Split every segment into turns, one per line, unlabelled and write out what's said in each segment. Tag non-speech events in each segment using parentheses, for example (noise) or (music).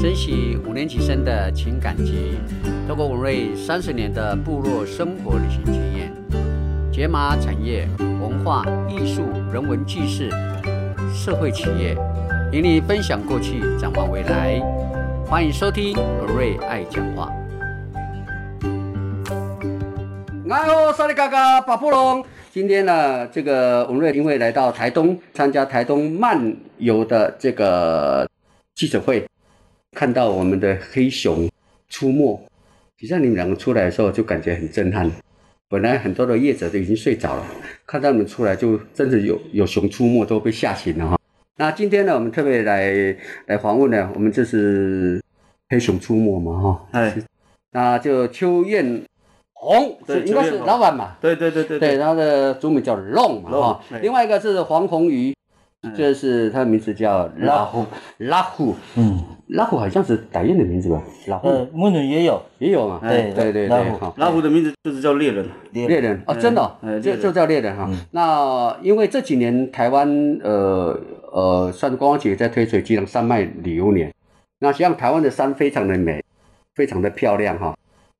珍惜五年级生的情感集，透过文瑞三十年的部落生活旅行经验，解码产业、文化艺术、人文纪事、社会企业，与你分享过去，展望未来。欢迎收听文瑞爱讲话。哎呦，萨利嘎嘎，巴布隆！今天呢，这个文瑞因为来到台东参加台东漫游的这个记者会，看到我们的黑熊出没。实际上你们两个出来的时候，就感觉很震撼。本来很多的业者都已经睡着了，看到你们出来，就真的有有熊出没，都被吓醒了哈。那今天呢，我们特别来来访问呢，我们这是黑熊出没嘛哈，
哎，
那就邱艳红，
对
是应该
邱
是
艳红
老板嘛，
对对对对
对，，它的中文叫龙嘛
龙
哈。
对
另外一个是黄红鱼，这是它的名字叫拉虎，拉虎，
嗯，
拉虎好像是打印的名字吧？老虎
呃，木女也有
也有嘛？
对
对对
拉
对，
虎
哈。
老虎的名字就是叫猎人，
猎人哦，
嗯
真的哦
哎，猎
就
人
就叫猎人哈。那因为这几年台湾呃呃，算是观光局也在推水基隆山脉旅游年，那实际上台湾的山非常的美，非常的漂亮哈。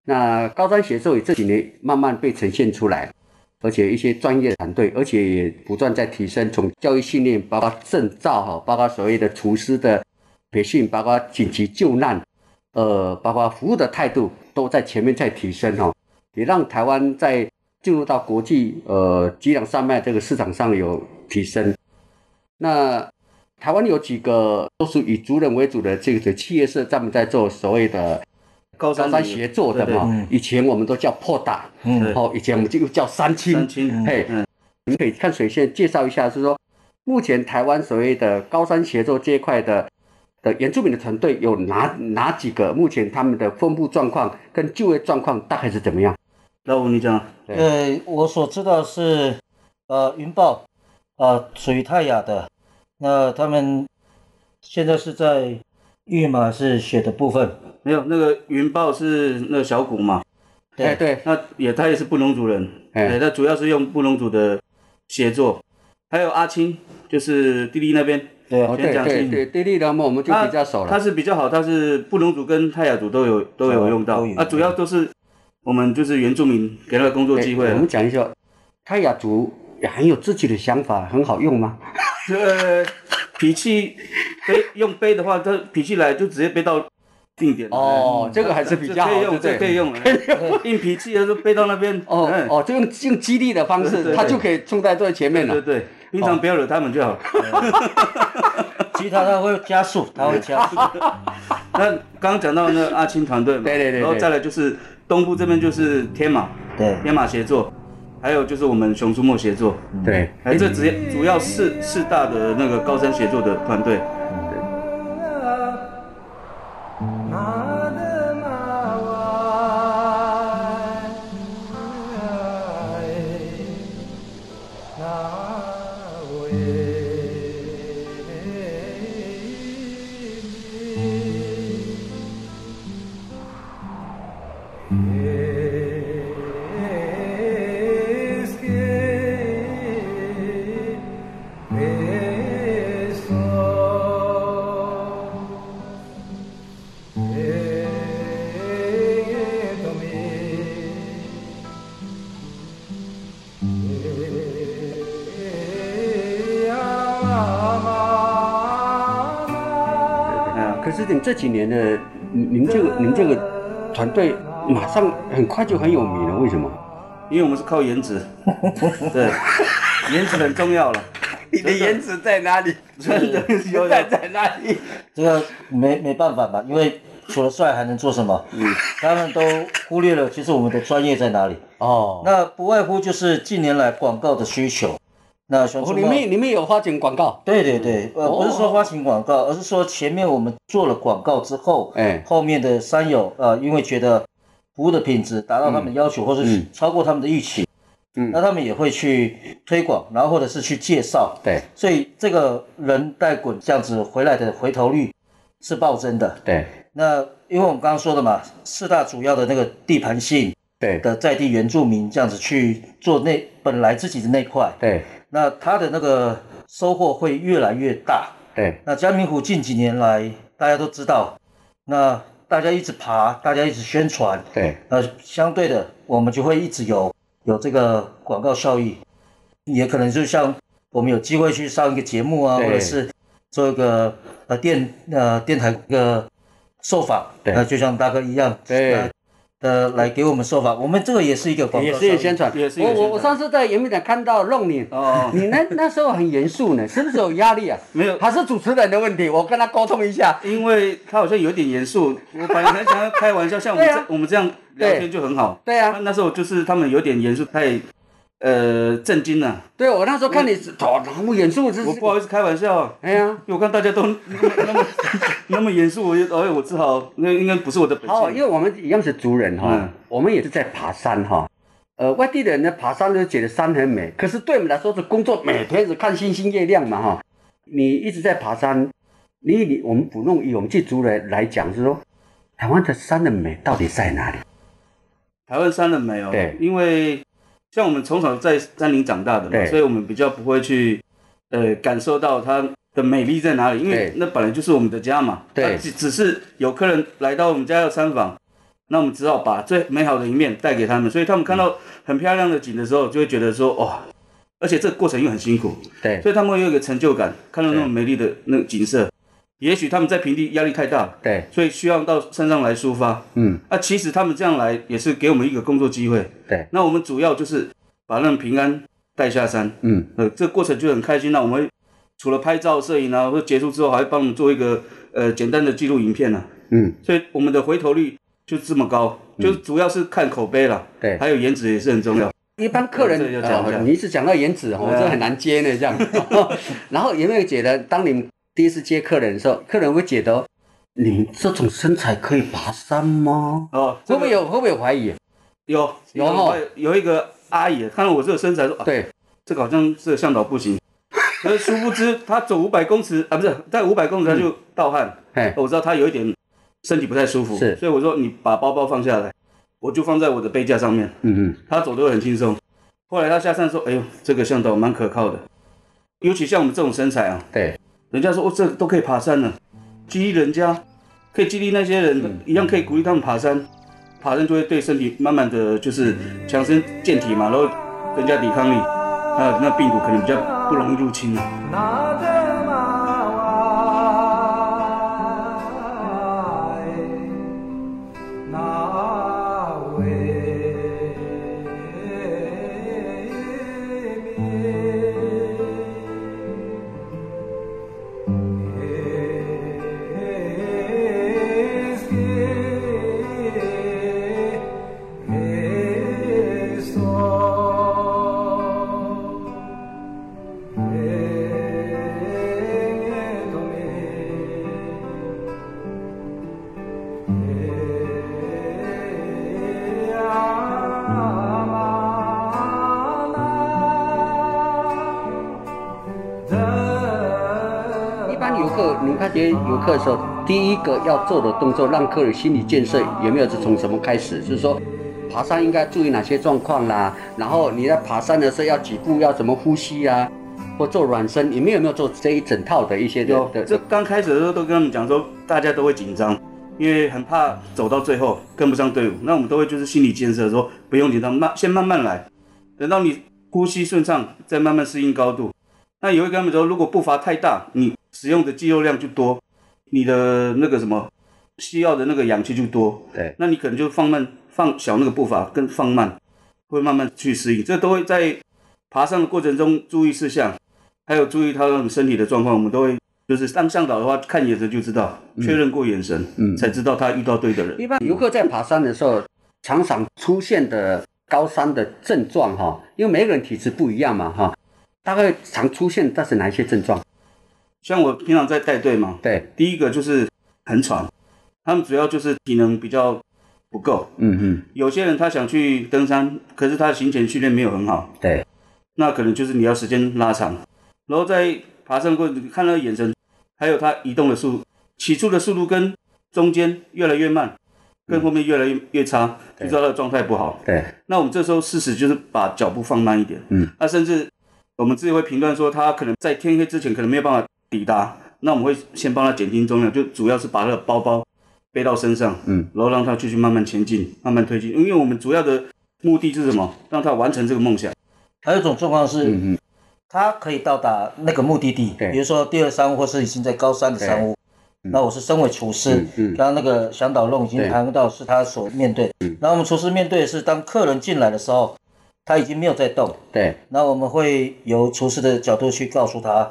那高山协奏也这几年慢慢被呈现出来，而且一些专业团队，而且也不断在提升，从教育训练，包括证照哈，包括所谓的厨师的培训，包括紧急救难，呃，包括服务的态度，都在前面在提升哈。也让台湾在进入到国际呃脊梁山脉这个市场上有提升。那台湾有几个都是以族人为主的这个企业社，专门在做所谓的
高
高山协作的
对对
嘛。
对嗯
以前我们都叫破打，
嗯
对
哦，以前我们就叫三清。
三清，
嘿，
嗯
你可以看水线介绍一下，是说目前台湾所谓的高山协作这一块的的原住民的团队有哪哪几个？目前他们的分布状况跟就业状况大概是怎么样？
老虎你讲，
呃，我所知道是，呃，云豹，啊，属于泰雅的，那他们现在是在玉马是血的部分，
没有那个云豹是那个小股嘛，
对
哎对，
那也他也是布农族人，
哎
哎，他主要是用布农族的协作，还有阿青，就是弟弟那边，
对
哦，
啊，
先
对
讲
对
清
对，对立的嘛，我们就比较熟
他
了。
是比较好，他是布农族跟泰雅族都有都有用到
都，有
啊，主要都是我们就是原住民给他的工作机会
哎我
啊
们，讲一下，泰雅族也很有自己的想法，很好用吗？
呃，脾气背用背的话，他脾气来就直接背到定点了。
哦
哎
这个还是比较好
这可以用，
对
这
不对
可以
(laughs)
用，哎硬脾气就是背到那边。
哦
哎，
哦，就用用激励的方
对
式，
对
他
对
就可以冲在最前面
对
了。
对，平常不要惹他们就好。
哦
其他它会加
嗯
速，它会加
(laughs)
速，
那刚刚讲到那个阿青团队嘛，
对对对对
然后再来就是东部这边就是天马，
对，
天马协作，还有就是我们熊出没协作，
对，
哎，这主要主要四四大的那个高山协作的团队。哎
啊，可是你这几年的，您您这个您这个团队马上很快就很有名了，为什么？
因为我们是靠颜值，
(laughs)
对，颜值很重要了。
你的颜值在哪里？ (laughs) 真的
有有
在在哪里？
这个没没办法嘛，因为除了帅还能做什么？嗯，他们都忽略了，其实我们的专业在哪里？
哦，
那不外乎就是近年来广告的需求，那熊出
哦，你
没。
们你们有花钱广告？
对对对，呃，
哦
不是说花钱广告，而是说前面我们做了广告之后，
哎
后面的山友呃，因为觉得服务的品质达到他们的要求，或是
嗯
超过他们的预期，
嗯
那他们也会去推广，然后或者是去介绍，
对
所以这个人带滚这样子回来的回头率是暴增的。
对
那因为我们刚刚说的嘛，四大主要的那个地盘性
对
的在地原住民这样子去做那本来自己的那块，
对
那他的那个收获会越来越大。
对
那嘉明湖近几年来，大家都知道，那大家一直爬，大家一直宣传，
对，
那相对的，我们就会一直有有这个广告效益，也可能就像我们有机会去上一个节目啊，
对
或者是做一个呃电呃电台一个受访，
对
呃，就像大哥一样，
对
呃，呃来给我们受访，我们这个也是一个广告
也
效
是
益
有宣传。
也是有
我我
宣
我
传
上次在演讲展看到弄你，
哦，
你那那时候很严肃呢，是不是有压
(laughs)
力啊？
没有，
还是主持人的问题，我跟他沟通一下。
因为他好像有点严肃，我本来想要开玩笑，像我们
对
这、
啊
我们这样聊天就很好。
对啊，
那时候就是他们有点严肃，太呃震惊了，
对我那时候看你头那么严肃，这
我
是
不好意思开玩笑，
哎呀，
因为我看大家都那么那么那么严肃，我就哎我只好那应该不是我的本
好，哦因
性。
为我们一样是族人哈、
嗯
我们也是在爬山哈、呃，外地人呢爬山就觉得山很美，可是对我们来说是工作，每天只看星星月亮嘛哈、你一直在爬山，你你我们不弄，以我们去族人来讲是说，台湾的山的美到底在哪里？
台湾山了没有？
对
因为像我们从小在山林长大的嘛
对，
所以我们比较不会去呃感受到它的美丽在哪里，因
对
为那本来就是我们的家嘛。啊
对
它只只是有客人来到我们家要参访，那我们只好把最美好的一面带给他们，所以他们看
嗯
到很漂亮的景的时候，就会觉得说哇、而且这个过程又很辛苦，
对
所以他们会有一个成就感，看到那种美丽的那个景色。也许他们在平地压力太大，
对，
所以需要到山上来抒发。
嗯，
啊，其实他们这样来也是给我们一个工作机会。
对，
那我们主要就是把人平安带下山，
嗯，
呃，这个过程就很开心。那我们除了拍照、摄影啊，或者结束之后，还会帮我们做一个呃简单的记录影片呢、
嗯，
所以我们的回头率就这么高，就是主要是看口碑啦，
对
还有颜值也是很重要。
一般客人
这就讲一下
哦你一直讲到颜值，哦我
对啊
这很难接呢，这
(laughs)
样。 (laughs) 然后有没有觉得，当你们第一次接客人的时候，客人会觉得你这种身材可以爬山吗？
哦，这
会不会
个
有会不会有怀疑？
有
有哦
有一个阿姨看到我这个身材说，啊，
对，
这个好像这个向导不行。可是殊不知，他走五百公尺啊，不是在五百公尺他
嗯
就盗汗。
哎，
我知道他有一点身体不太舒服，
是
所以我说你把包包放下来，我就放在我的背架上面，
嗯嗯，
他走得会很轻松。后来他下山说，哎呦，这个向导蛮可靠的，尤其像我们这种身材啊，
对，
人家说哦，这都可以爬山了，激励人家，可以激励那些人，一样可以鼓励他们爬山，爬山就会对身体慢慢的就是强身健体嘛，然后增加抵抗力，还有那病毒可能比较不容易入侵了、
一般游客，你们发觉游客的时候，第一个要做的动作，让客人心理建设有没有是从什么开始？就是说，爬山应该注意哪些状况啦？然后你在爬山的时候要几步，要怎么呼吸啊？或做软身，你们有没有做这一整套的一些的
有
的？
这刚开始的时候都跟他们讲说，大家都会紧张，因为很怕走到最后跟不上队伍。那我们都会就是心理建设说，不用紧张，慢先慢慢来，等到你呼吸顺畅，再慢慢适应高度。那也会跟他们说，如果步伐太大，你使用的肌肉量就多，你的那个什么需要的那个氧气就多，
对
那你可能就放慢放小那个步伐，跟放慢，会慢慢去适应。这都会在爬山的过程中注意事项，还有注意他们身体的状况，我们都会就是当向导的话，看眼神就知道，确认过眼神，
嗯
才知道他遇到对的人。
一般游客在爬山的时候，常常出现的高山的症状哈，因为每个人体质不一样嘛哈，大概常出现但是哪一些症状？
像我平常在带队嘛，
对，
第一个就是很喘，他们主要就是体能比较不够。
嗯嗯，
有些人他想去登山，可是他的行前训练没有很好，
对，
那可能就是你要时间拉长，然后在爬山的过程你看他的眼神，还有他移动的速度，起初的速度跟中间越来越慢，跟后面越来越越差，就
对
知道他的状态不好。
对，
那我们这时候事实就是把脚步放慢一点，
嗯，
那、甚至我们自己会评断说他可能在天黑之前可能没有办法抵达，那我们会先帮他减轻重量，就主要是把他的包包背到身上，
嗯，
然后让他继续慢慢前进，慢慢推进。因为我们主要的目的是什么？让他完成这个梦想。
还有一种状况是，
嗯嗯，
他可以到达那个目的地，
对嗯
比如说第二商务或是已经在高三的商务。那我是身为厨师，
嗯嗯
刚刚那个小岛龙已经
对嗯
谈到是他所面对。然后我们厨师面对的是，当客人进来的时候，他已经没有在动，
对，
那我们会由厨师的角度去告诉他，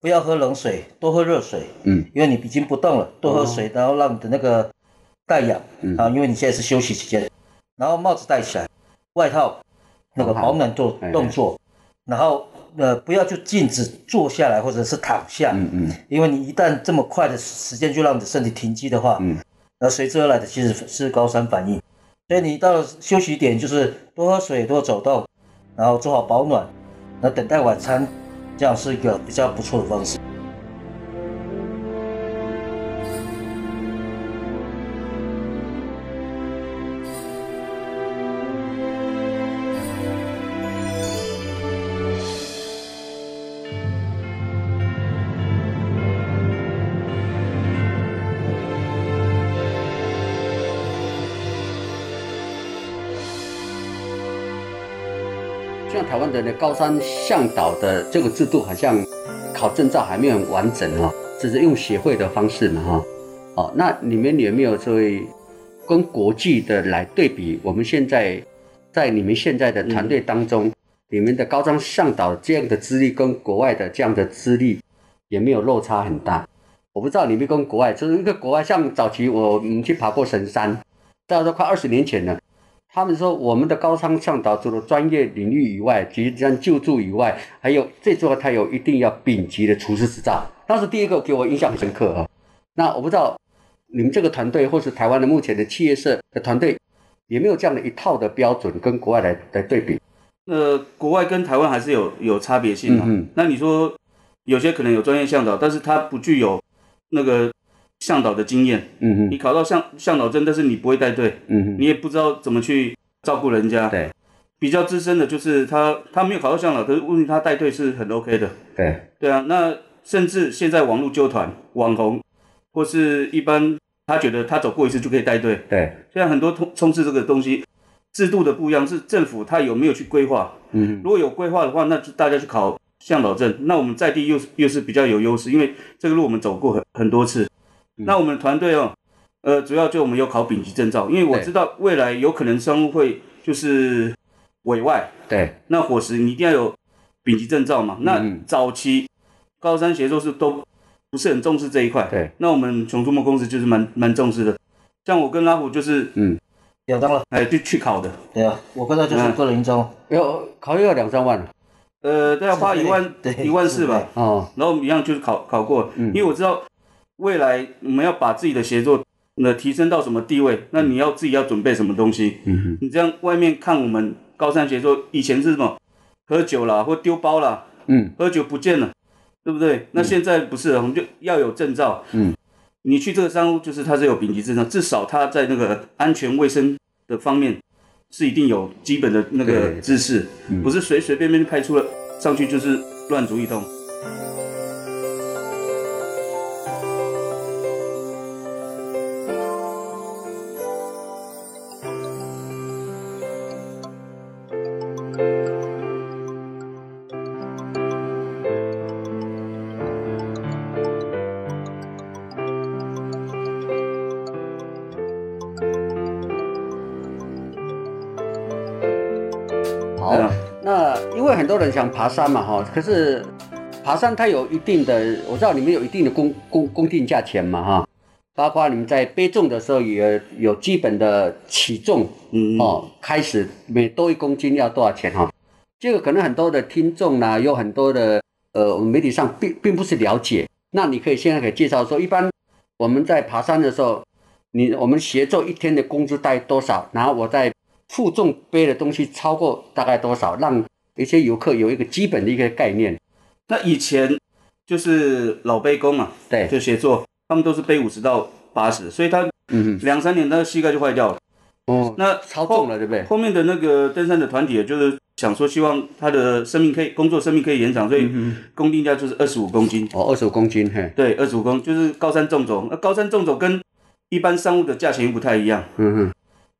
不要喝冷水，多喝热水，
嗯，哦
因为你已经不动了，多喝水，然后让你的那个带氧、
嗯
啊，因为你现在是休息期间，然后帽子戴起来，外套那个
好
保暖做
哎哎
动作，然后呃不要就静止坐下来或者是躺下，
嗯嗯
因为你一旦这么快的时间就让你的身体停机的话，
嗯，
那随之而来的其实是高山反应。所以你到了休息点就是多喝水、多走动，然后做好保暖，那等待晚餐，这样是一个比较不错的方式。
像台湾的高山向导的这个制度，好像考证照还没有很完整哈、哦，只是用协会的方式嘛哈、哦。那你们有没有所谓跟国际的来对比？我们现在在你们现在的团队当中，你们的高山向导这样的资历跟国外的这样的资历也没有落差很大。我不知道你们跟国外，就是一个国外，像早期我们去爬过神山，大概都快二十年前了。他们说，我们的高商向导除了专业领域以外，即将救助以外，还有最重要，他有一定要丙级的厨师执照。当时第一个给我印象很深刻啊。那我不知道你们这个团队，或是台湾的目前的企业社的团队，有没有这样的一套的标准跟国外来来对比？
呃，国外跟台湾还是有有差别性的、哦
嗯嗯
那你说有些可能有专业向导，但是他不具有那个向导的经验。
嗯
你
嗯
考到向向导证，但是你不会带队，
嗯
你也不知道怎么去照顾人家。
对，
比较资深的就是他，他没有考到向导，可是问题他带队是很 OK 的。
对
对啊，那甚至现在网络纠团、网红，或是一般他觉得他走过一次就可以带队，
嗯对，
现在很多充充斥这个东西，制度的不一样是政府他有没有去规划，
嗯
如果有规划的话，那就大家去考向导证，那我们在地又是又是比较有优势，因为这个路我们走过很很多次。
嗯
那我们团队哦，呃，主要就我们有考丙级证照，因为我
对
知道未来有可能商务会就是委外，
对
那伙食你一定要有丙级证照嘛。那
嗯
早期高山协作是都不是很重视这一块，
对，
那我们熊出没公司就是蛮蛮重视的。像我跟拉虎就是
嗯，
有当了，
哎去去考的，
对啊，我跟他就是个人一张，
要考要两三万
呃，都要花一万
对
一万四
是
吧
的。
哦，
然后我们一样就是考考过，
嗯
因为我知道未来我们要把自己的协作那提升到什么地位，那你要自己要准备什么东西。
嗯
你这样外面看我们高山协作以前是什么，喝酒啦或丢包啦，
嗯
喝酒不见了，对不对？那现在不是了，我们就要有证照。
嗯，
你去这个商务就是它是有丙级证照，至少它在那个安全卫生的方面是一定有基本的那个
对
知识，
嗯
不是随随便便就派出了上去就是乱足一通。
好
对啊
那因为很多人想爬山嘛，哈，可是爬山它有一定的，我知道你们有一定的公公公定价钱嘛，哈，包括你们在背重的时候也有基本的起重
嗯，
哦，开始每多一公斤要多少钱哈、这个可能很多的听众呢、有很多的呃，我们媒体上并并不是了解。那你可以现在可以介绍说，一般我们在爬山的时候，你我们协作一天的工资大概多少？然后我在负重背的东西超过大概多少，让一些游客有一个基本的一个概念。
那以前就是老背弓嘛，
对，
就协作，他们都是背五十到八十，所以他
嗯，
两三年他的膝盖就坏掉了。
哦，
那
超
后
重了，对不对？
后面的那个登山的团体，啊就是想说希望他的生命可以工作生命可以延长，
嗯
所以公定价就是二十五公斤。
哦，二十五公斤，嘿，
对，二十五公就是高山纵走。那高山纵走跟一般商务的价钱又不太一样。
嗯哼，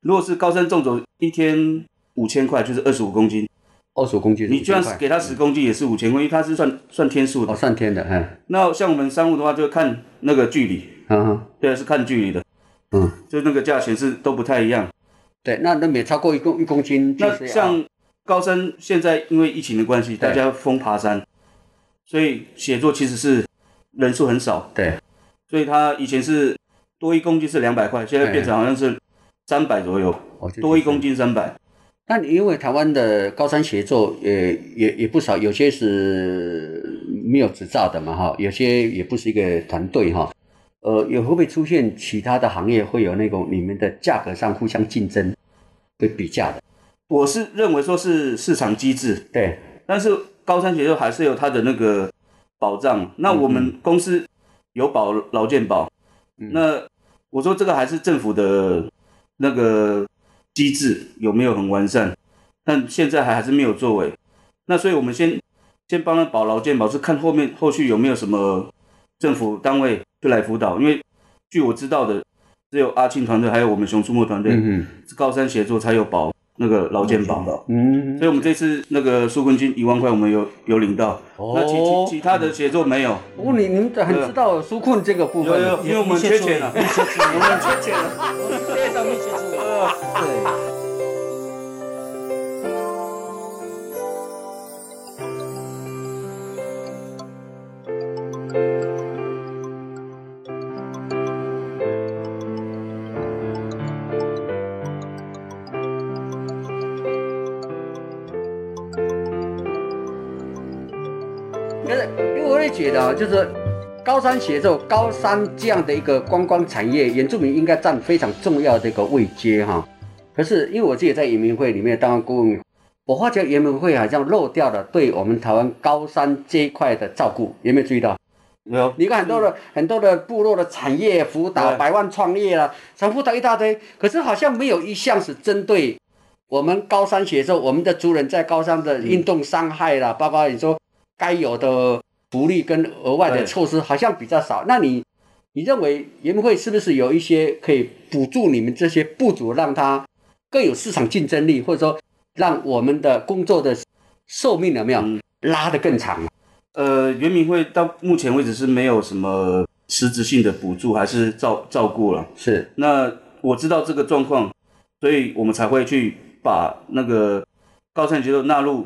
如果是高山纵走，一天五千块就是二十五公斤，
二十五公斤，
你就算是给他十
十
公斤也是五千公斤，因为它是算算天数
哦，
的。
上天的，哎，
那像我们商务的话，就看那个距离，
嗯哼，
对，是看距离的，
嗯，
就那个价钱是都不太一样。
对，那那每超过一公一公斤就
那
是要
像高山现在因为疫情的关
对
系，大家疯爬山，所以写作其实是人数很少，
对，
所以他以前是多一公斤是两百块，现在
对
变成好像是三百左右，
哦就
多一公斤三百。
那你因为台湾的高山协作也也也不少，有些是没有执照的嘛哈，有些也不是一个团队哈。呃，也会不会出现其他的行业会有那种你们的价格上互相竞争，会比价的？
我是认为说是市场机制，
对，
但是高山协作还是有它的那个保障。那我们公司有保劳健保，
嗯
那我说这个还是政府的那个机制有没有很完善？但现在还还是没有作为。那所以我们先先帮他保劳健保，是看后面后续有没有什么政府单位就来辅导。因为据我知道的，只有阿庆团队还有我们熊出没团队、
嗯
是高山协作才有保那个劳健保。
嗯
所以，我们这次那个纾困金一万块，我们有有领到。
哦
那其其其他的协作没有，
哦，你你们很知道纾困这个部
啊有
分，
有，因为我们缺钱了，我们缺钱了。
(laughs) 非常密切注意。对。
可是因为我会觉得啊，就是高山协作、高山这样的一个观光产业，原住民应该占非常重要的一个位阶哈。可是因为我自己在移民会里面当顾问，我发觉移民会好像漏掉了对我们台湾高山这一块的照顾，有没有注意到？
有
你看很多的、很多的部落的产业辅导、
对
百万创业啦、什么辅导一大堆，可是好像没有一项是针对我们高山协作，我们的族人在高山的运动伤害啦，包括你说该有的福利跟额外的
对
措施，好像比较少。那你你认为研会是不是有一些可以补助你们这些部族，让它更有市场竞争力，或者说让我们的工作的寿命有没有、
嗯
拉得更长？
呃，原民会到目前为止是没有什么实质性的补助还是照照顾了。
是，
那我知道这个状况，所以我们才会去把那个高山节奏纳入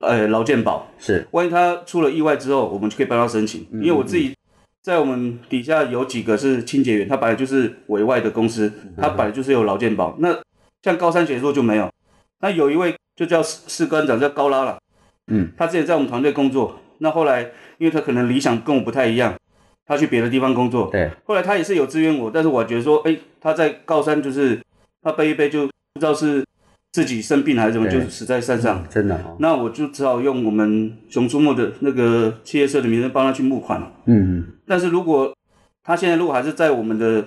呃劳健保。
是，
万一他出了意外之后，我们就可以帮他申请。
嗯
因为我自己在我们底下有几个是清洁员，他本来就是委外的公司，
嗯
他本来就是有劳健保。那像高山协作就没有。那有一位就叫士士官长，叫高拉了。
嗯，
他之前在我们团队工作，那后来因为他可能理想跟我不太一样，他去别的地方工作。
对。
后来他也是有支援我，但是我觉得说，哎，他在高山就是他背一背就不知道是自己生病还是怎么，
对
就死在山上。
真的、哦，
那我就只好用我们熊出没的那个企业社的名称帮他去募款。
嗯。
但是如果他现在如果还是在我们的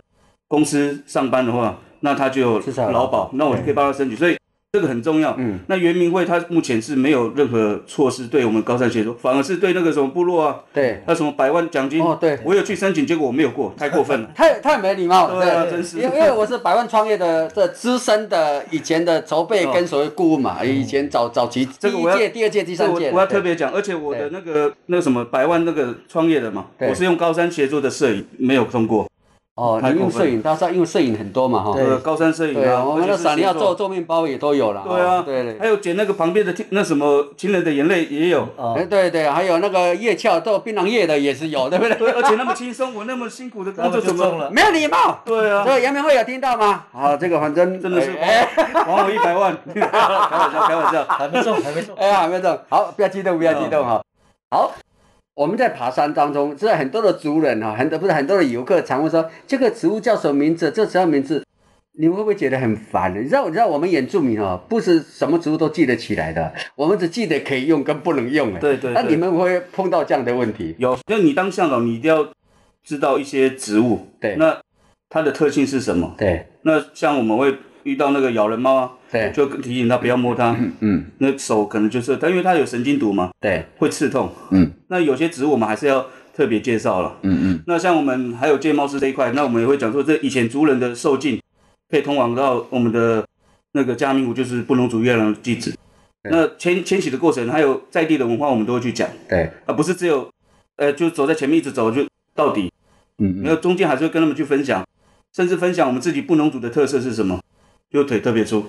公司上班的话，那他就有
至少有
劳保，那我就可以帮他申请，所以这个很重要。
啊嗯，
那原民会他目前是没有任何措施对我们高山协作，反而是对那个什么部落啊，
对，
他什么百万奖金，
哦对。
我有去申请，结果我没有过，太过分了
太太没礼貌了，
对啊真是
因为因为我是百万创业的这资深的以前的筹备跟所谓顾问嘛，以前早早期第
哦嗯这个
一
我要
届、第二届、第
这
(laughs) 三
我
届的，
我要
对
特别讲，而且我的那个那个什么百万那个创业的嘛，
对
我是用高山协作的摄影没有通过，
哦，
太
你
过
用
分
摄影，他说用摄影很多嘛哈，
对
呃，高山摄影
对啊，
啊，
我们的
而且是
闪
协
要
作
做做面包也都有了，
对啊，
哦对
还
对。
有捡那个旁边的天那什么情人的眼泪也
(laughs)
有，
啊
哎，对对，还有那个叶鞘做槟榔叶的也是有，对不
对，
对？ (laughs)
而且那么轻松，我那么辛苦的
他
工
们
作
就
怎
中
么？
了。
没有礼貌，
对啊
这，个杨明慧有听到吗？好，这个反正
真的是
哎哎
还我一百万， (laughs) 开玩笑，开玩笑。
还没中，还没中。
(laughs) 哎呀，不要动，好，不要激动，不要激动哈。好，我们在爬山当中，知道很多的族人哈，很多不是很多的游客常会说这个植物叫什么名字，这什么名字，你们会不会觉得很烦？你知道，你知道我们原住民哦，不是什么植物都记得起来的，我们只记得可以用跟不能用哎。
对对
那
对
你们会碰到这样的问题？
有，那你当向导，你一定要知道一些植物，
对
那它的特性是什么？
对
那像我们会遇到那个咬人猫啊，
对，
就提醒他不要摸它，
嗯，
那手可能就是它，因为它有神经毒嘛，
对，
会刺痛。
嗯，
那有些植物我们还是要特特别介绍了。
嗯嗯
那像我们还有界猫师这一块，那我们也会讲说，这以前族人的受禁可以通往到我们的那个嘉明湖，就是布农族月亮的地址。
对
那迁迁徙的过程，还有在地的文化，我们都会去讲，
对，
而不是只有，呃，就走在前面一直走就到底，
嗯
没有中间还是会跟他们去分享，甚至分享我们自己布农族的特色是什么，就腿特别粗，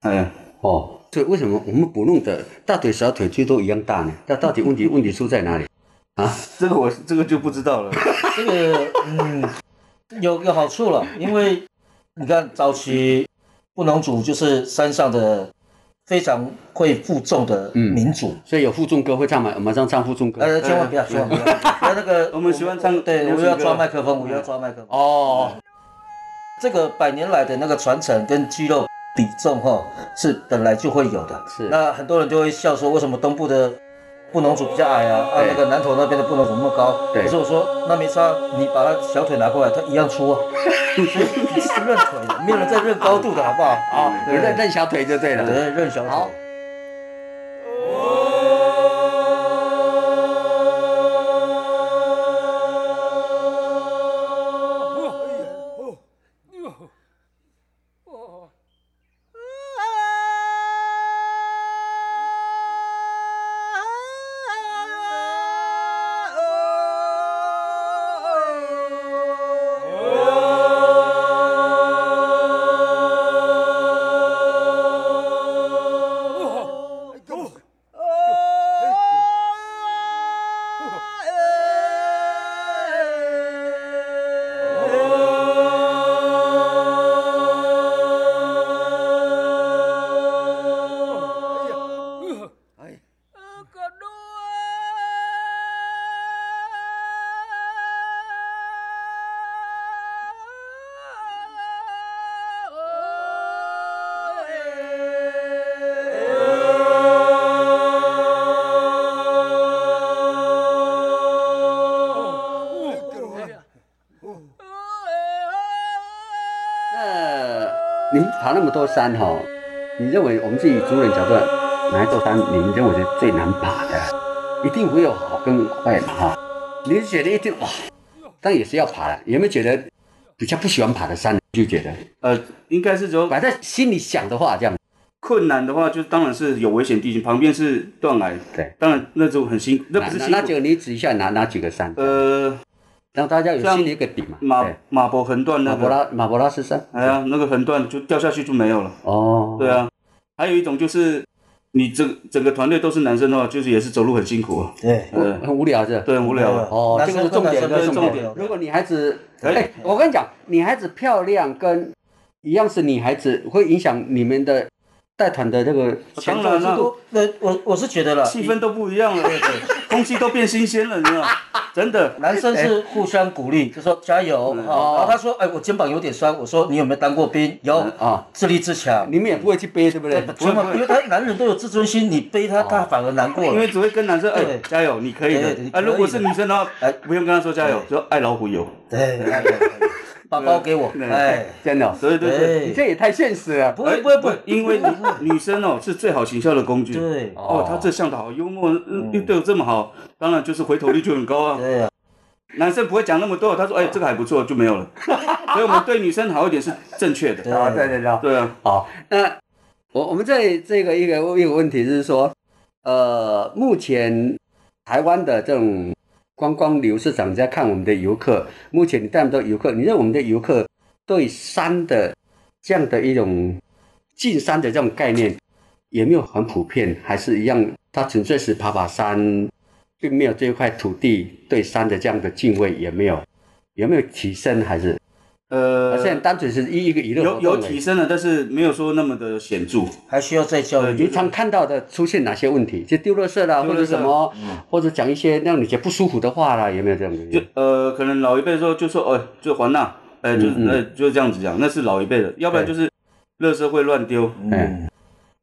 哎，
哦，所以为什么我们不弄的大腿、小腿最多一样大呢？那到底问 (laughs) 题问题出在哪里？
这个我这个就不知道了。
这个嗯，有有好处了，因为你看早期布农族就是山上的非常会负重的
嗯
民族，
所以有负重歌会唱吗？我们上唱负重歌。
呃，千万不要，千万不要，不要那
(laughs)
个
我们喜欢唱
对，
流
我
行
又要
歌嗯
抓麦克风，我又要抓麦克风。
哦，
这个百年来的那个传承跟肌肉比重哈、是本来就会有的。
是
那很多人就会笑说，为什么东部的布农族比较矮啊？啊，
对
那个南投那边的布农族那么高？
对
可是我说那没差，你把他小腿拿过来，他一样粗啊。所以是认腿的，没有人在认高度的好不好？
啊，
对
认认小腿就对
有
了。
人认小
好
腿。
那您爬那么多山哈、你认为我们自己族人角度，哪一座山你们认为是最难爬的？一定会有好跟坏嘛哈、你是觉得一定哇，但也是要爬的。有没有觉得比较不喜欢爬的山？就觉得
呃，应该是说
摆在心里想的话，这样
困难的话，就当然是有危险地形，旁边是断崖，
对。
当然那就很辛苦，那
那
不是
那
辛
那就
苦。
你指一下哪哪几个山，
呃，
让大家有
像
心里有个底嘛。
马
对，
马博横断那
马博
个，
拉马博拉斯山。
哎呀，那个横断就掉下去就没有了。
哦，
对啊，还有一种就是你整整个团队都是男生的话，就是也是走路很辛苦啊，
对，
很，
对
很无聊是吧。
对，很无聊啊。
哦，这个是重点，这
男生
个是
跟
重
男生
点
都。是
如果女孩子，
可以
哎，我跟你讲，女孩子漂亮跟一样是女孩子，会影响你们的带团的这个前
当
奏
然
速
啦
度。
那我我是觉得啦，
气氛都不一样了，
(laughs)
空气都变新鲜了，你知道吗？真的，
男生是互相鼓励，就说加油啊。
哦
然后他说：“哎，我肩膀有点酸。”我说：“你有没有当过兵？有
啊，
自立自强。
你们也不会去背， (laughs) 对不对？”
不用，因为他男人都有自尊心，你背他，他反而难过
因
了
为。只会跟男生哎
对
加油，你可以
对对你
的。啊，
可以的
如果是女生的话
哎，
不用跟她说加油，说爱老虎油。
对，哎哎哎把包给我，
对
哎，
真的哦，
对对对，
你
对，
这也太现实了。
不会不会不
哎不
会，，
因为女女生哦是最好行销的工具。
(laughs) 对
哦，他这向导好幽默，嗯又对我这么好，当然就是回头率就很高啊。
(laughs) 对啊，
男生不会讲那么多，他说哎这个还不错就没有了。所以我们对女生好一点是正确的。
啊，对对对。
对啊，
好，那我我们这这个一个一个问题是说，呃，目前台湾的这种观光旅游市场，你在看我们的游客，目前你带那么多游客，你认为我们的游客对山的这样的一种进山的这种概念，有没有很普遍？还是一样，他纯粹是爬爬山，并没有这块土地对山的这样的敬畏，也没有。有没有提升？还是
呃
而，且单纯是一一个娱乐活
有有
动而已
提升了，但是没有说那么的显著。
还需要再教
对
育。
你常看到的出现哪些问题？就丢垃圾啦，或
丢垃圾嗯
者什么，或者讲一些让你觉得不舒服的话啦，有没有这样
就
子？
呃，可能老一辈说就说，呃，就还那，呃，就是
嗯嗯
呃，就是这样子讲，那是老一辈的，要不然就是，垃圾会乱丢。
哎
嗯，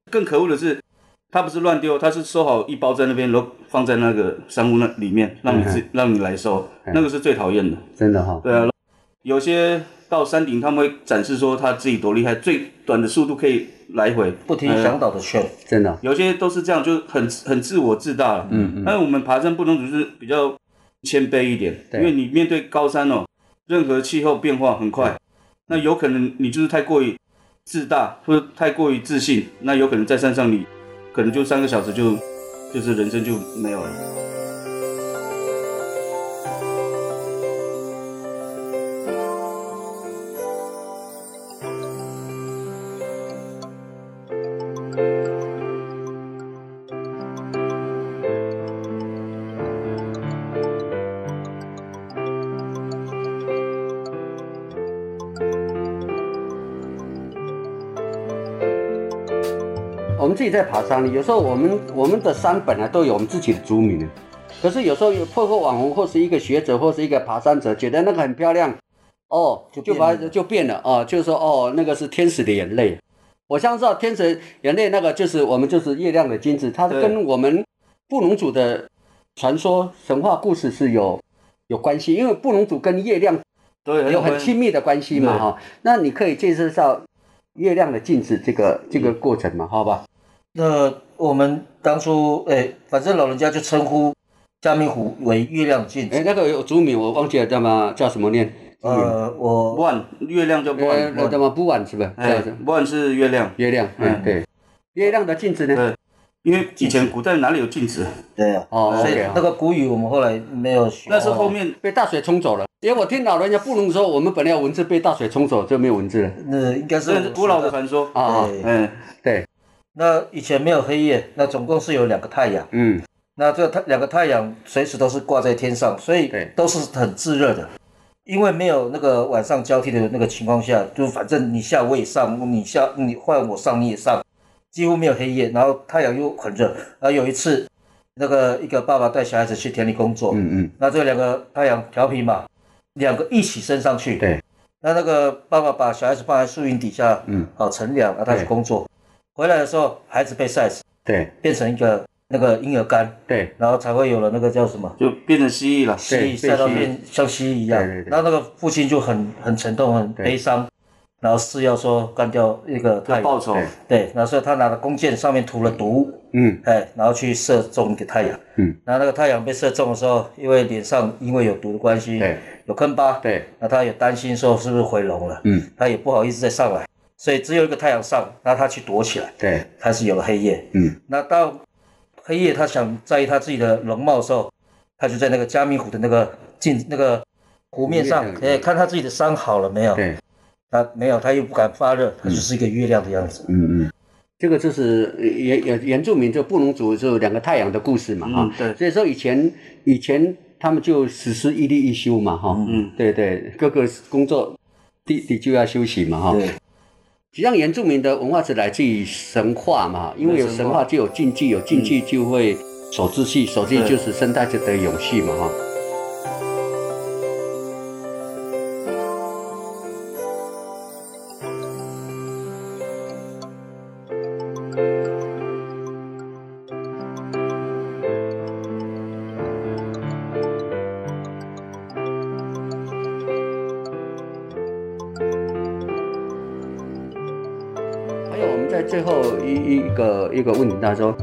更可恶的是，他不是乱丢，他是收好一包在那边，然后放在那个商务那里面，让你自、让你来收，
嗯
那个是最讨厌的。
真的哈，
对啊，有些到山顶他们会展示说他自己多厉害，最短的速度可以来回，
不听
呃
向导的劝，
真的
有些都是这样，就很很自我自大了。嗯嗯。但我们爬山不能只是比较谦卑一点，因
对
为你面对高山哦，任何气候变化很快，那有可能你就是太过于自大或者太过于自信，那有可能在山上你可能就三个小时就就是人生就没有了。
我们自己在爬山，有时候我们我们的山本来都有我们自己的族名的，可是有时候有透过网红或是一个学者或是一个爬山者，觉得那个很漂亮，哦，
就
就把
变了
就变了哦，就是说哦，那个是天使的眼泪。我相信天使眼泪那个就是我们就是月亮的金子，它
对
跟我们布农族的传说神话故事是有有关系，因为布农族跟月亮
对，
有很亲密的关系嘛
对
哈、那你可以介绍到月亮的镜子这个这
嗯
个过程嘛，好吧？
那我们当初，哎、反正老人家就称呼嘉明湖为月亮镜
哎，
子。
那个有族名我忘记了，叫嘛叫什么念？
呃，我
万月亮叫
呃，
万，
那叫嘛不晚是吧？这
哎
样子，
万是月亮，
月亮，嗯，
嗯
对，月亮的镜子呢？
对，因为以前古代哪里有镜子？
对啊，
哦
所以
OK，好
那个古语我们后来没有学。
那是后面
被大水冲走了。因为我听老人家不能说，我们本来有文字被大水冲走，就没有文字了
哦那应该是
这是古老的传说
啊啊。
对
嗯，
对，
那以前没有黑夜，那总共是有两个太阳，
嗯，
那这个太两个太阳随时都是挂在天上，所以
对
都是很炙热的。因为没有那个晚上交替的那个情况下，就反正你下我也上，你下你换我上你也上，几乎没有黑夜，然后太阳又很热。然后有一次，那个一个爸爸带小孩子去田里工作，
嗯嗯，
那这两个太阳调皮嘛，两个一起升上去，
对，
那那个爸爸把小孩子放在树荫底下，
嗯，
好乘凉，让他去
对
工作。回来的时候，孩子被晒死，
对
变成一个那个婴儿干，
对
然后才会有了那个叫什么
就变成蜥蜴了。
蜥蜴
被
晒到
蜥蜴
变像蜥蜴一样。
对对对
然后那个父亲就很很沉痛，很
对
悲伤，然后誓要说干掉一个太
要报
阳。
仇，
对
对，然后所以他拿了弓箭，上面涂了毒，
嗯
哎，然后去射中一个太阳。
嗯，
然后那个太阳被射中的时候，因为脸上因为有毒的关系，
对，
有坑疤，，
对，
那他也担心说是不是回笼了，
嗯，
他也不好意思再上来，所以只有一个太阳上，那他去躲起来，
对，
开始有了黑夜。
嗯
那到黑夜，他想在意他自己的容貌的时候，他就在那个加密湖的那个镜那个湖面上
湖面，上
哎，看他自己的伤好了没有？
对，
他没有，他又不敢发热，他就是一个月亮的样子。
嗯嗯。这个就是呃原原原住民就布农族就两个太阳的故事嘛哈、
嗯，对，
所以说以前以前他们就实施一例一休嘛，哈、
嗯，
对对，各个工作地地就要休息嘛，哈、
对，
实际上，原住民的文化是来自于神话嘛，因为有神话就有禁忌，有禁忌就
嗯
会守秩序，守秩序就是生态就得永续嘛，哈。还有我们在最后一一个一个问题，他说，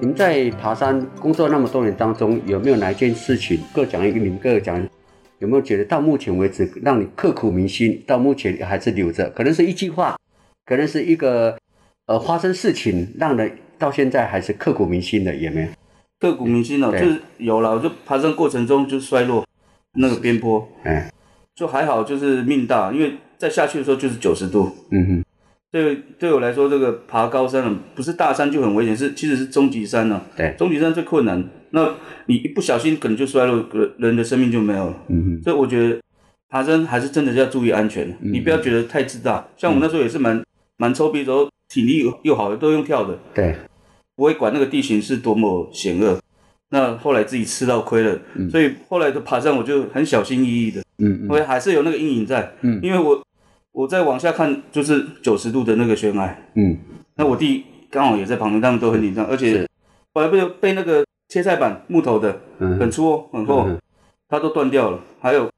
你们在爬山工作那么多年当中，有没有哪一件事情各讲一个，你们各讲，有没有觉得到目前为止让你刻骨铭心，到目前还是留着？可能是一句话，可能是一个呃发生事情，让人到现在还是刻骨铭心的，有没有？
刻骨铭心哦，
对
就是有了，我就爬山过程中就摔落那个边坡，
哎，
就还好，就是命大，因为在下去的时候就是九十度。
嗯哼，
对，对我来说，这个爬高山啊不是大山就很危险，是其实是终极山呢、
对
终极山最困难。那你一不小心可能就摔落，人人的生命就没有了。
嗯哼，
所以我觉得爬山还是真的要注意安全，啊
嗯
你不要觉得太自大。像我那时候也是蛮蛮臭屁，然后体力又又好的，都用跳的，
对，
不会管那个地形是多么险恶。那后来自己吃到亏了，所以后来的爬山我就很小心翼翼的，
嗯
我还是有那个阴影在。
嗯
因为我我再往下看就是九十度的那个悬崖，
嗯
那我弟刚好也在旁边，他们都很紧张，而且
是
后来被被那个切菜板木头的
嗯
很粗哦，很厚
嗯，
它都断掉了。还有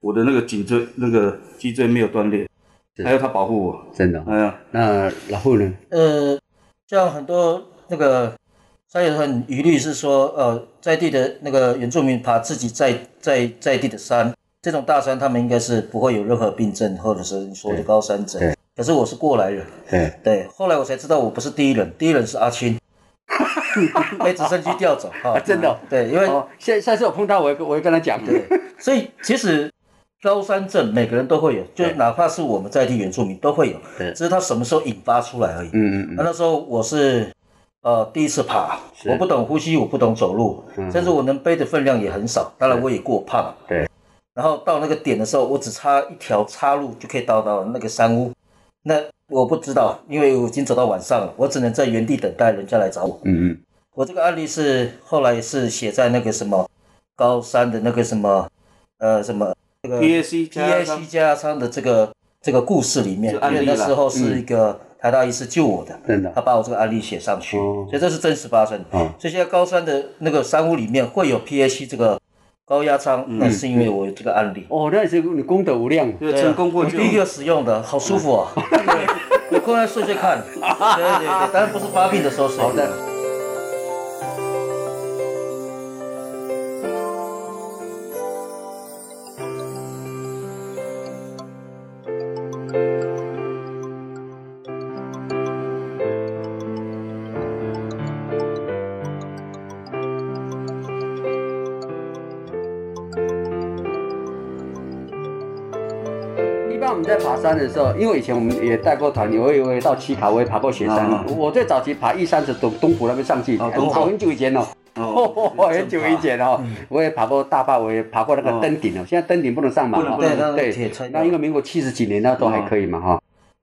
我的那个颈椎、那个脊椎没有断裂，
是
还有他保护我。
真的。
哎呀，
嗯那然后呢？
呃，像很多那个沙野很疑虑是说，呃，在地的那个原住民爬自己在在在地的山，这种大山他们应该是不会有任何病症，或者是你说的
对
高山症
对。
可是我是过来人，
对，
对，后来我才知道我不是第一人，第一人是阿青， (laughs) 被直升机调走哈、
啊真的哦
对，因为、
哦，下下次我碰到我会跟，我会跟他讲。
对，所以其实高山症每个人都会有，就
对
哪怕是我们在地原住民都会有，
对
只是他什么时候引发出来而已。
嗯嗯
那那时候我是呃第一次爬，
是
我不懂呼吸，我不懂走路，
嗯
甚至我能背的分量也很少，当然我也过胖。
对。
然后到那个点的时候，我只差一条岔路就可以到到那个山屋。那我不知道，因为我已经走到晚上了，我只能在原地等待人家来找我。
嗯嗯，
我这个案例是后来是写在那个什么高山的那个什么呃什么这个
PAC
P
加
A
上
C 加仓的这个这个故事里面，
就案
因
例啦嗯
为那时候是一个台大医师救我的，
真的
他把我这个案例写上去，
哦
所以这是真实发生。
嗯
哦
所以现在高山的那个山屋里面会有 P A C 这个高压仓，
嗯
那是因为我有这个案例。啊
哦，那也是你功德无量。
对，嗯哦成功过嗯
(laughs)
我
就
哎
第一个使用的，好舒服哦。对有空来睡睡看。对对对，当然不是发病的时候睡。
好的。一般我们在爬山的时候，因为以前我们也带过团，我也我也到七卡，我也爬过雪山。
嗯
我最早期爬一三是从东湖那边上去，
哦东湖
好很久以前
(laughs)
哦， (laughs) 哦，很久以
啊
前哦，
嗯
我也爬过大坝，我也爬过那个登顶哦。现在登顶不能上马
不能
哦
不能，
对那铁
对
穿，的
那因为民国七十几年那都还可以嘛哈。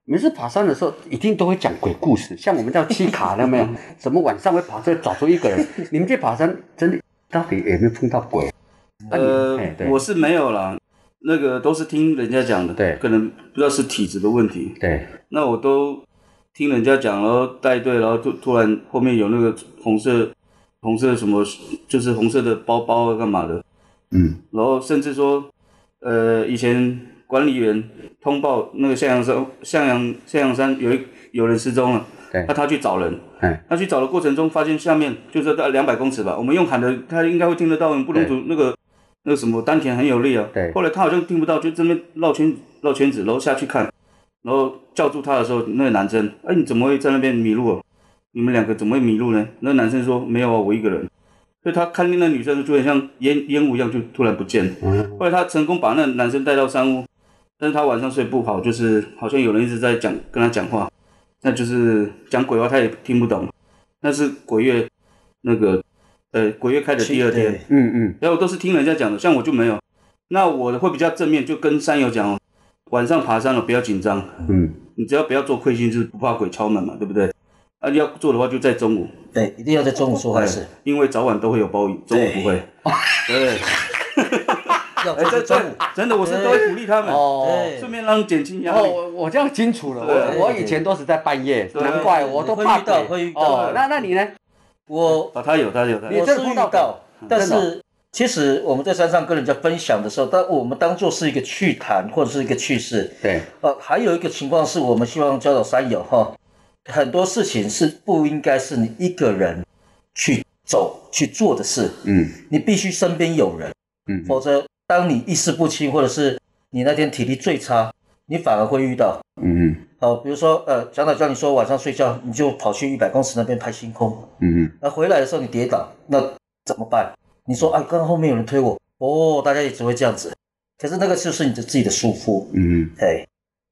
每次爬山的时候，一定都会讲鬼故事，像我们叫七卡那没
(laughs)
有？什么晚上会跑出来找出一个人？你们去爬山，真的到底有没有碰到鬼？啊你
呃
哎，对
我是没有啦，那个都是听人家讲的，
对
可能不知道是体质的问题，
对，
那我都听人家讲，然后带队，然后突突然后面有那个红色红色什么，就是红色的包包啊干嘛的，
嗯，
然后甚至说，呃，以前管理员通报那个向阳山向阳向阳山有一有人失踪了，
对
那他去找人，
哎，
他去找的过程中发现下面就是大概两百公尺吧，我们用喊的他应该会听得到，我们不能
对
读那个那个什么丹田很有力啊，
对
后来他好像听不到，就这边绕圈绕圈子，然后下去看，然后叫住他的时候，那个男生，哎，你怎么会在那边迷路、啊？你们两个怎么会迷路呢？那男生说没有啊，我一个人。所以他看见那女生就很像烟烟雾一样，就突然不见了。
嗯，
后来他成功把那男生带到山屋，但是他晚上睡不好，就是好像有人一直在讲跟他讲话，那就是讲鬼话，他也听不懂。那是鬼月那个呃鬼月开的第二天
对，，
嗯嗯，
然后我都是听人家讲的，像我就没有。那我的会比较正面，就跟山友讲哦，晚上爬山哦了不要紧张，
嗯，
你只要不要做亏心事，不怕鬼敲门嘛，对不对？啊，要做的话就在中午，哎
对，一定要在中午做坏事，
因为早晚都会有包雨，中午不会。 (laughs) 对，
要
哎，
在
这
中
这
午。
真的，我是都会鼓励他们。
哦。
对
顺便让减轻压
哦，
力。
我我这样清楚了，
对
我我以前都是在半夜，
对
难怪我都怕
会遇到
鬼
会遇到
哦，那那你呢？
我
啊，他有，他有，他
你
有。
我
真
是
的
遇
碰到鬼
到，但
真的哦
是其实我们在山上跟人家分享的时候，当我们当做是一个趣谈或者是一个趣事。
对，
呃，还有一个情况是我们希望教导山友哈，很多事情是不应该是你一个人去走去做的事，
嗯
你必须身边有人，
嗯
否则当你意识不清或者是你那天体力最差，你反而会遇到。
嗯
哦，比如说，呃，长导叫你说晚上睡觉，你就跑去一百公尺那边拍星空，
嗯
那回来的时候你跌倒，那怎么办？你说啊，刚刚后面有人推我，哦，大家也只会这样子。可是那个就是你的自己的疏忽，
嗯
哎。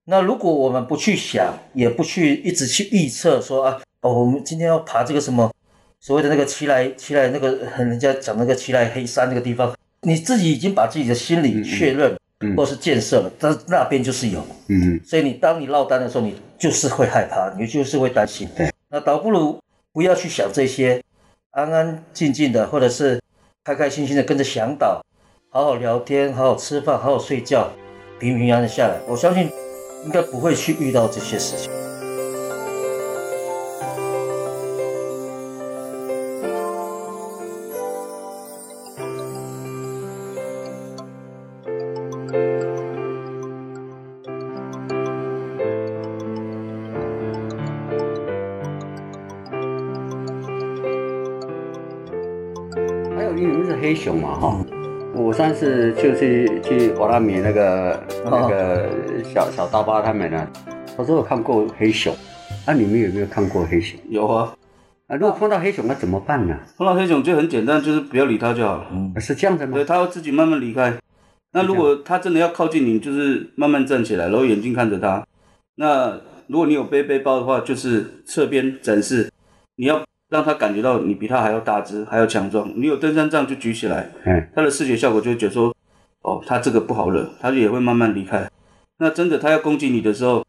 那如果我们不去想，也不去一直去预测说啊，哦，我们今天要爬这个什么所谓的那个奇来奇来那个呃人家讲那个奇来黑山那个地方，你自己已经把自己的心理确认
嗯
或是建设了，但是那边就是有。
嗯
所以你当你落单的时候，你就是会害怕，你就是会担心。
对，
那倒不如不要去想这些，安安静静的，或者是开开心心的跟着向导，好好聊天，好好吃饭，好好睡觉，平平安安下来。我相信应该不会去遇到这些事情。
黑熊嘛哈。我上次就去去瓦拉米那个那个小小大巴他们呢，他说我看过黑熊，那、你们有没有看过黑熊？
有啊，
啊，如果碰到黑熊那怎么办呢？啊
碰到黑熊就很简单，就是不要理它就好了。
嗯
是这样子吗
对，？它会自己慢慢离开。那如果它真的要靠近你，就是慢慢站起来，然后眼睛看着它。那如果你有背背包的话，就是侧边展示，你要让它感觉到你比它还要大只，还要强壮。你有登山杖就举起来，
嗯，
它的视觉效果就会觉得说，哦，它这个不好惹，它也会慢慢离开。那真的它要攻击你的时候，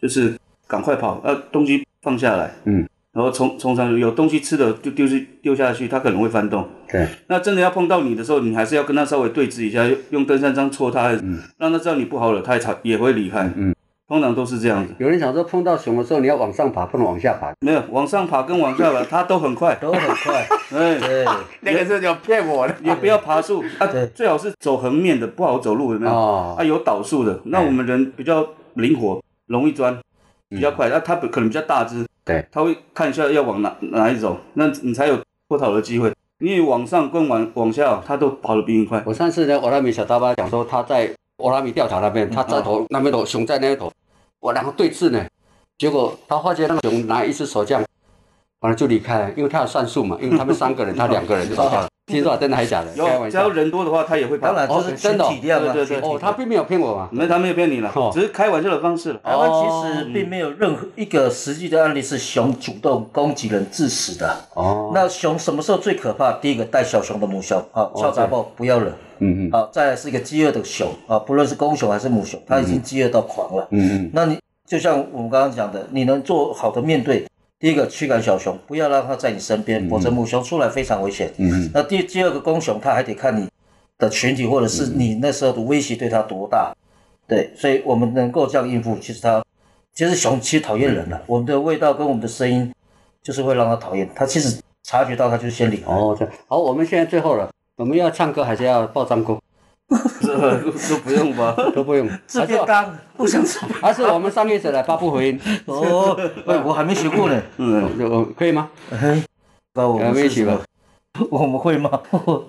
就是赶快跑，呃，东西放下来，
嗯，
然后冲冲上去，有东西吃的就丢去丢下去，它可能会翻动。
对，
那真的要碰到你的时候，你还是要跟他稍微对峙一下，用登山杖戳他，让他知道你不好惹，他也才也会离开。
嗯，
通常都是这样子，
有人想说碰到熊的时候你要往上爬，不能往下爬，
没有往上爬跟往下
(laughs)
爬，他都很快。
都很
(laughs)
快，
哎，
对，
那个是叫骗我的。
也不要爬树，啊
对，
最好是走横面的，不好走路，有没有？
哦
啊，有倒树的，那
哎
我们人比较灵活，容易钻，比较快。那、他可能比较大只，
对，
他会看一下要往哪哪里走，那你才有脱逃的机会。你往上跟往往下，他都跑得比你快。
我上次呢，瓦拉米小大巴讲说他在瓦拉米调查那边，他在头、那边头，熊在那边头，我然后对峙呢，结果他发现那个熊拿一只手这样，完了就离开了，因为他有算数嘛，因为他们三个人，他两个人就走掉了。听说啊真的还假的？开
有，
玩
只要
笑。
人多的话，他也会跑
当。然就是群体量啊，
哦真的哦对对对
群体量
哦，他并没有骗我嘛。
没，他没有骗你了
哦，
只是开玩笑的方式了。
台湾其实并没有任何一个实际的案例是熊主动攻击人致死的。
哦，
那熊什么时候最可怕？第一个带小熊的母熊
哦
啊，敲杂报不要惹。
嗯嗯
好，哦再来是一个饥饿的熊啊，不论是公熊还是母熊，它已经饥饿到狂了。
嗯
那你就像我们刚刚讲的，你能做好的面对，第一个驱赶小熊，不要让它在你身边，否则母熊出来非常危险。
嗯嗯
那第第二个公熊，它还得看你的群体或者
嗯
是你那时候的威胁对它多大。对，所以我们能够这样应付，其实它其实熊其实讨厌人
嗯
了，我们的味道跟我们的声音就是会让它讨厌，它其实察觉到它就先离开。
哦，这好，我们现在最后了，我们要唱歌还是要报张歌？
(laughs) 这个都不用吧？
都不用，
这
还是
便当不想吃。
还是我们商业者来发布回音，
哦，喂，我还没学过呢。
嗯，
有可以吗？
那
来，我
我们
们
是
一起
什
吧
么？。我们会吗？
哦。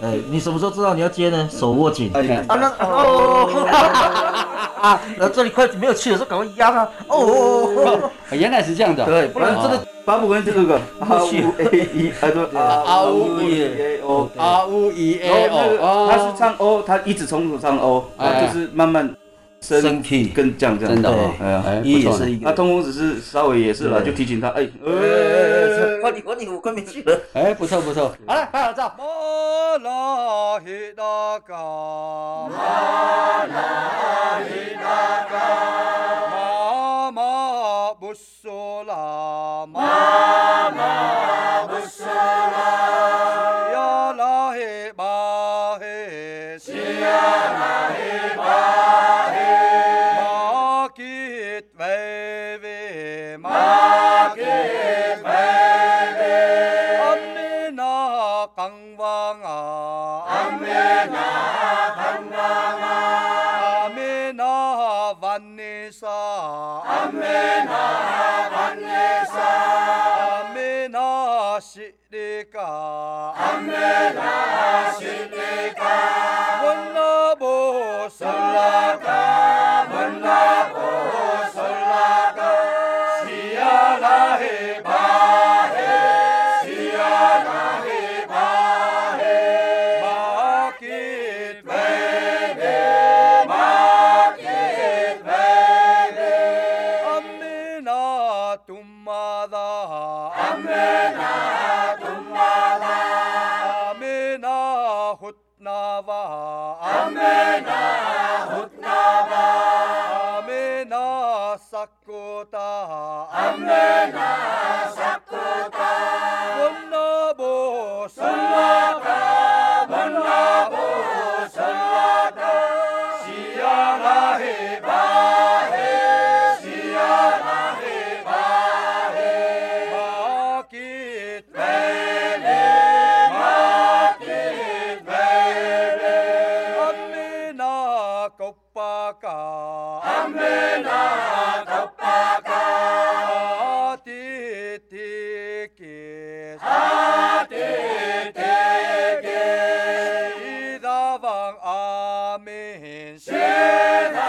哎，你什么时候知道你要接呢？手握紧。
(laughs) 哎
啊，那哦，那这里快没有气了，就赶快压它。哦，
啊原来是这样的，哦
对，不然真的
八不跟这个啊五 A 一啊对啊
啊呜
五
耶
耶 O，
对
啊呜一
然后
A
那
哦
个，他是
哦，
唱 O，他一直重复唱 O，然后就是慢慢升
身体
跟降这样。
真的哦，
哎呀
哎
一
不
也
错
是
呢
一
那
个。
通风只是稍微也是了，
对
就提醒他，哎，
呃
哎
管你管你，我快没去了。
哎，不错不错，好了，拍好照。
摩拉希那嘎，摩拉希那嘎，妈妈不说啦，妈妈不说啦，呀拉嘿巴嘿，呀拉嘿巴嘿，马吉维维，马吉维维。Amena kangwanga Amena kangwanga Amena vanesa Amena vanesa Amena sidika Amena sidika Vannabo solaka Vannabo solaka Siyalahe bahe Sakota Amena Sakota வண்ணாபோ சல்லாகா, வண்ணாபோ சல்லாகா, சியாலாகே பாகே, சியாலாகே பாகே. மாக்கித் வேலே, மாக்கித் வேலே. அம்மேனா கொப்பாக்கா, அம்மேனா கொப்பாக்கா. Amen.